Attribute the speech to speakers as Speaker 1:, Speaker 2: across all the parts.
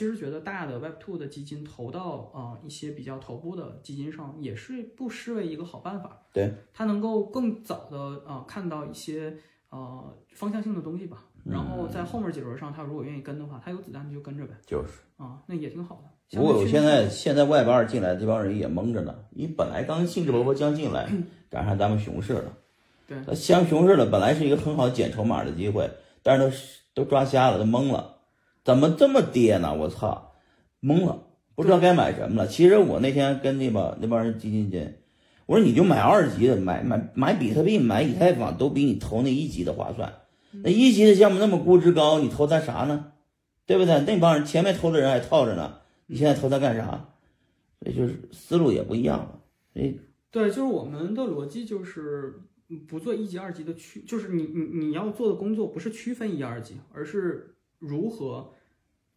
Speaker 1: 其实觉得大的 Web Two 的基金投到啊、呃一些比较头部的基金上，也是不失为一个好办法。
Speaker 2: 对，
Speaker 1: 它能够更早的呃看到一些呃方向性的东西吧，
Speaker 2: 嗯
Speaker 1: 然后在后面几轮上，他如果愿意跟的话，他有子弹就跟着呗，
Speaker 2: 就是。
Speaker 1: 啊、那也挺好的。
Speaker 2: 不过我
Speaker 1: 相对
Speaker 2: 现
Speaker 1: 去
Speaker 2: 在现在外边二进来这帮人也蒙着呢，因为本来刚兴致勃勃将进来， 赶上咱们熊市了。
Speaker 1: 对
Speaker 2: 那像熊市了，本来是一个很好捡筹码的机会，但是都都抓瞎了，都懵了，怎么这么跌呢？我操，懵了，不知道该买什么了。其实我那天跟那帮那帮人基金经，我说你就买二级的，买买买比特币、买以太坊都比你投那一级的划算。那一级的项目那么估值高，你投它啥呢？对不对？那帮人前面投的人还套着呢，你现在投它干啥？所以就是思路也不一样了。所以
Speaker 1: 对，就是我们的逻辑就是嗯不做一级、二级的区，就是你你你要做的工作不是区分一、二级，而是如何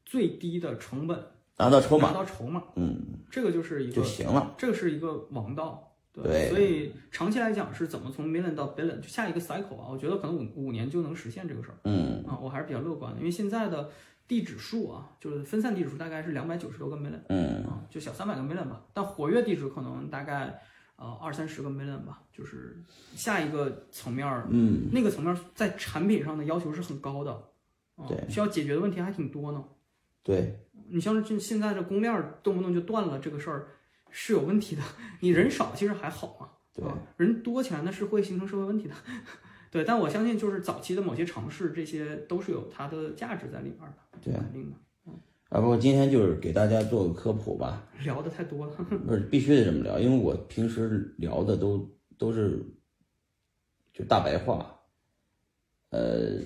Speaker 1: 最低的成本
Speaker 2: 拿到筹
Speaker 1: 拿
Speaker 2: 码，
Speaker 1: 到筹码，
Speaker 2: 嗯，
Speaker 1: 这个就是一
Speaker 2: 就
Speaker 1: 个
Speaker 2: 行了。
Speaker 1: 这个是一个王道。
Speaker 2: 嗯对
Speaker 1: 所以长期来讲是怎么从 million 到 billion，就下一个 cycle 啊，我觉得可能五五年就能实现这个事儿
Speaker 2: 嗯，
Speaker 1: 啊，我还是比较乐观的，因为现在的地指数啊，就是分散地指数大概是两百九十多个 million，
Speaker 2: 嗯，
Speaker 1: 啊，就小三百个 million 吧，但活跃地址可能大概呃二三十个 million 吧，就是下一个层面儿，
Speaker 2: 嗯，
Speaker 1: 那个层面儿在产品上的要求是很高的，啊、
Speaker 2: 对
Speaker 1: 需要解决的问题还挺多呢。
Speaker 2: 对，
Speaker 1: 你像这现在这供链儿动不动就断了，这个事儿是有问题的。你人少其实还好嘛，
Speaker 2: 对
Speaker 1: 啊人多起来那是会形成社会问题的。 对，但我相信就是早期的某些尝试，这些都是有它的价值在里面儿的，
Speaker 2: 对
Speaker 1: 肯定的。
Speaker 2: 啊，不过今天就是给大家做个科普吧，
Speaker 1: 聊的太多了，
Speaker 2: 不是必须得这么聊，因为我平时聊的都都是就大白话，呃，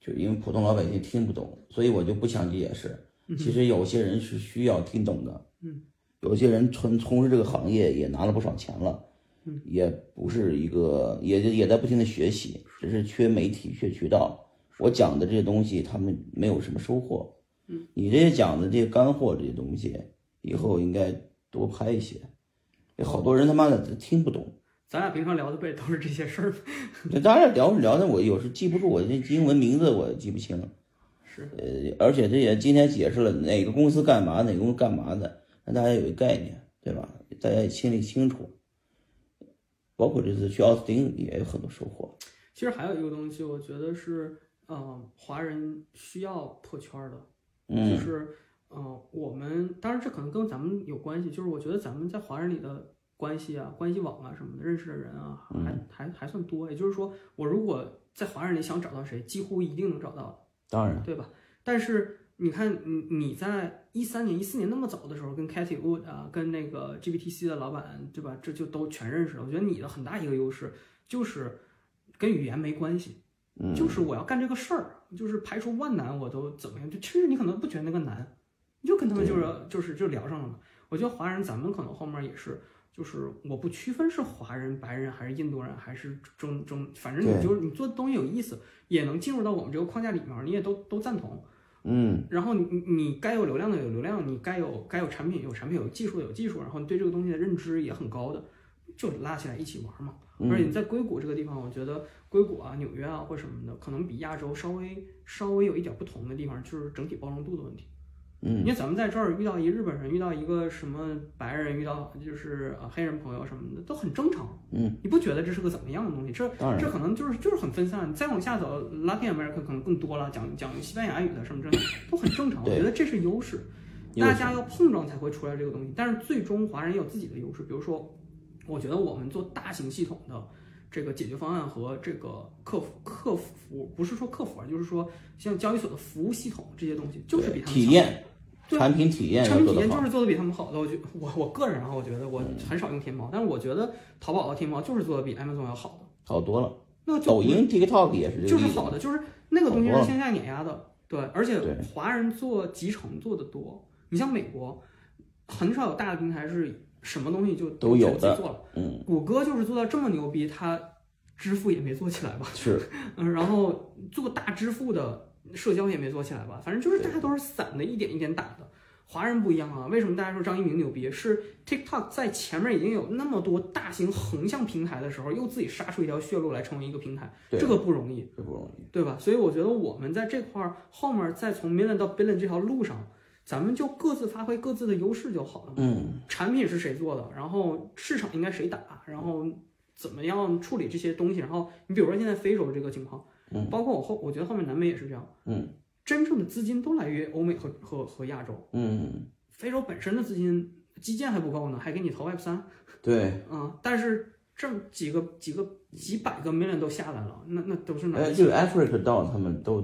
Speaker 2: 就因为普通老百姓听不懂，所以我就不强求解释。其实有些人是需要听懂的，
Speaker 1: 嗯，
Speaker 2: 有些人从从事这个行业也拿了不少钱了，
Speaker 1: 嗯，
Speaker 2: 也不是一个也也在不停的学习，只是缺媒体缺渠道。我讲的这些东西，他们没有什么收获。
Speaker 1: 嗯，
Speaker 2: 你这些讲的这些干货这些东西，以后应该多拍一些。有好多人他妈的听不懂，
Speaker 1: 咱俩平常聊的不也都是这些事儿吗？
Speaker 2: 这当然聊着聊着，我有时记不住我这英文名字，我记不清。
Speaker 1: 是，
Speaker 2: 呃，而且这也今天解释了哪个公司干嘛，哪个公司干嘛的，让大家有一概念，对吧？大家也心里清楚。包括这次去奥斯汀也有很多收获。
Speaker 1: 其实还有一个东西，我觉得是，呃，华人需要破圈儿的，就
Speaker 2: 嗯，
Speaker 1: 是，呃，我们当然这可能跟咱们有关系，就是我觉得咱们在华人里的关系啊、关系网啊什么的，认识的人啊，还还还算多。也就是说，我如果在华人里想找到谁，几乎一定能找到，
Speaker 2: 当然，
Speaker 1: 对吧？但是你看，你你在一三年、一四年那么早的时候，跟 Cathy Wood 啊，跟那个 GBTC 的老板，对吧？这就都全认识了。我觉得你的很大一个优势就是跟语言没关系。
Speaker 2: 嗯，
Speaker 1: 就是我要干这个事儿，就是排除万难我都怎么样？就其实你可能不觉得那个难，你就跟他们就是
Speaker 2: 嗯
Speaker 1: 就是就聊上了嘛。我觉得华人咱们可能后面也是，就是我不区分是华人、白人还是印度人还是中中，反正
Speaker 2: 对
Speaker 1: 你就是你做的东西有意思，也能进入到我们这个框架里面，你也都都赞同。
Speaker 2: 嗯，
Speaker 1: 然后你你你该有流量的有流量，你该有该有产品有产品，有技术的有技术，然后你对这个东西的认知也很高的，就拉起来一起玩嘛。而
Speaker 2: 嗯
Speaker 1: 且你在硅谷这个地方，我觉得硅谷啊、纽约啊或什么的，可能比亚洲稍微稍微有一点不同的地方，就是整体包容度的问题。
Speaker 2: 嗯，
Speaker 1: 你看咱们在这儿遇到一日本人，遇到一个什么白人，遇到就是呃黑人朋友什么的，都很正常。
Speaker 2: 嗯，
Speaker 1: 你不觉得这是个怎么样的东西？这
Speaker 2: 当然
Speaker 1: 这可能就是就是很分散。再往下走，Latin America 可能更多了，讲讲西班牙语的什么这都很正常。我
Speaker 2: 对
Speaker 1: 觉得这是优势，
Speaker 2: 优势
Speaker 1: 大家要碰撞才会出来这个东西。但是最终华人也有自己的优势，比如说，我觉得我们做大型系统的这个解决方案和这个客服客服服务，不是说客服啊，就是说像交易所的服务系统这些东西，就是比他们
Speaker 2: 体
Speaker 1: 强。
Speaker 2: 验，
Speaker 1: 对
Speaker 2: 产品体验要
Speaker 1: 产品
Speaker 2: 做
Speaker 1: 体
Speaker 2: 得
Speaker 1: 验
Speaker 2: 好嗯
Speaker 1: 就。是做的比他们好的，我觉我我个人啊，我觉得我很少用天猫，但是我觉得淘宝和天猫就是做的比 Amazon 要好的，
Speaker 2: 好多了。
Speaker 1: 那就
Speaker 2: 抖音、TikTok 也是这
Speaker 1: 就
Speaker 2: 个
Speaker 1: 是
Speaker 2: 意
Speaker 1: 好
Speaker 2: 思。
Speaker 1: 的，就是那个东西
Speaker 2: 好多
Speaker 1: 是
Speaker 2: 了
Speaker 1: 向下碾压的，对，而且
Speaker 2: 对
Speaker 1: 华人做集成做的多，你像美国，很少有大的平台是什么东西就
Speaker 2: 都有的
Speaker 1: 自己做了，
Speaker 2: 嗯，
Speaker 1: 谷歌就是做到这么牛逼，它支付也没做起来 吧，
Speaker 2: 是，
Speaker 1: 嗯，然后做大支付的社交也没做起来吧，反正就是大家都是散的，一点一点打的。华人不一样啊，为什么大家说张一鸣牛逼？是 TikTok 在前面已经有那么多大型横向平台的时候，又自己杀出一条血路来成为一个平台，
Speaker 2: 对
Speaker 1: 这个不容易，
Speaker 2: 这不容易。
Speaker 1: 对吧？所以我觉得我们在这块儿后面再从 million 到 billion 这条路上，咱们就各自发挥各自的优势就好了。
Speaker 2: 嗯，
Speaker 1: 产品是谁做的，然后市场应该谁打，然后怎么样处理这些东西。然后你比如说现在非洲这个情况，
Speaker 2: 嗯
Speaker 1: 包括我后，我觉得后面南美也是这样，
Speaker 2: 嗯，
Speaker 1: 真正的资金都来源于欧美和和和亚洲，
Speaker 2: 嗯，
Speaker 1: 非洲本身的资金基建还不够呢，还给你投 Web 三，
Speaker 2: 对，
Speaker 1: 嗯，但是这么几个几个几百个 million 都下来了，那那都是哪
Speaker 2: 哎，
Speaker 1: 儿？
Speaker 2: 这个 Africa 到他们都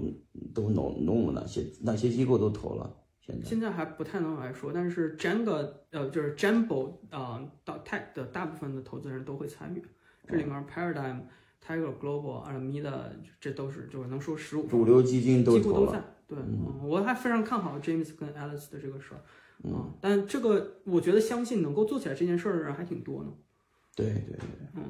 Speaker 2: 都弄弄了，那些那些机构都投了，现在。
Speaker 1: 现在还不太能来说，但是 Jenga 呃就是 Jambo 啊、到 Tech 的大部分的投资人都会参与，这里
Speaker 2: 哦
Speaker 1: 面 Paradigm、Tiger Global、Alameda 这都是就是能说十五
Speaker 2: 主流基金都
Speaker 1: 几乎
Speaker 2: 投
Speaker 1: 都
Speaker 2: 了，
Speaker 1: 在。对，嗯我还非常看好 James 跟 Alice 的这个事儿，嗯，但这个我觉得相信能够做起来这件事儿的人还挺多呢。
Speaker 2: 对对对，
Speaker 1: 嗯，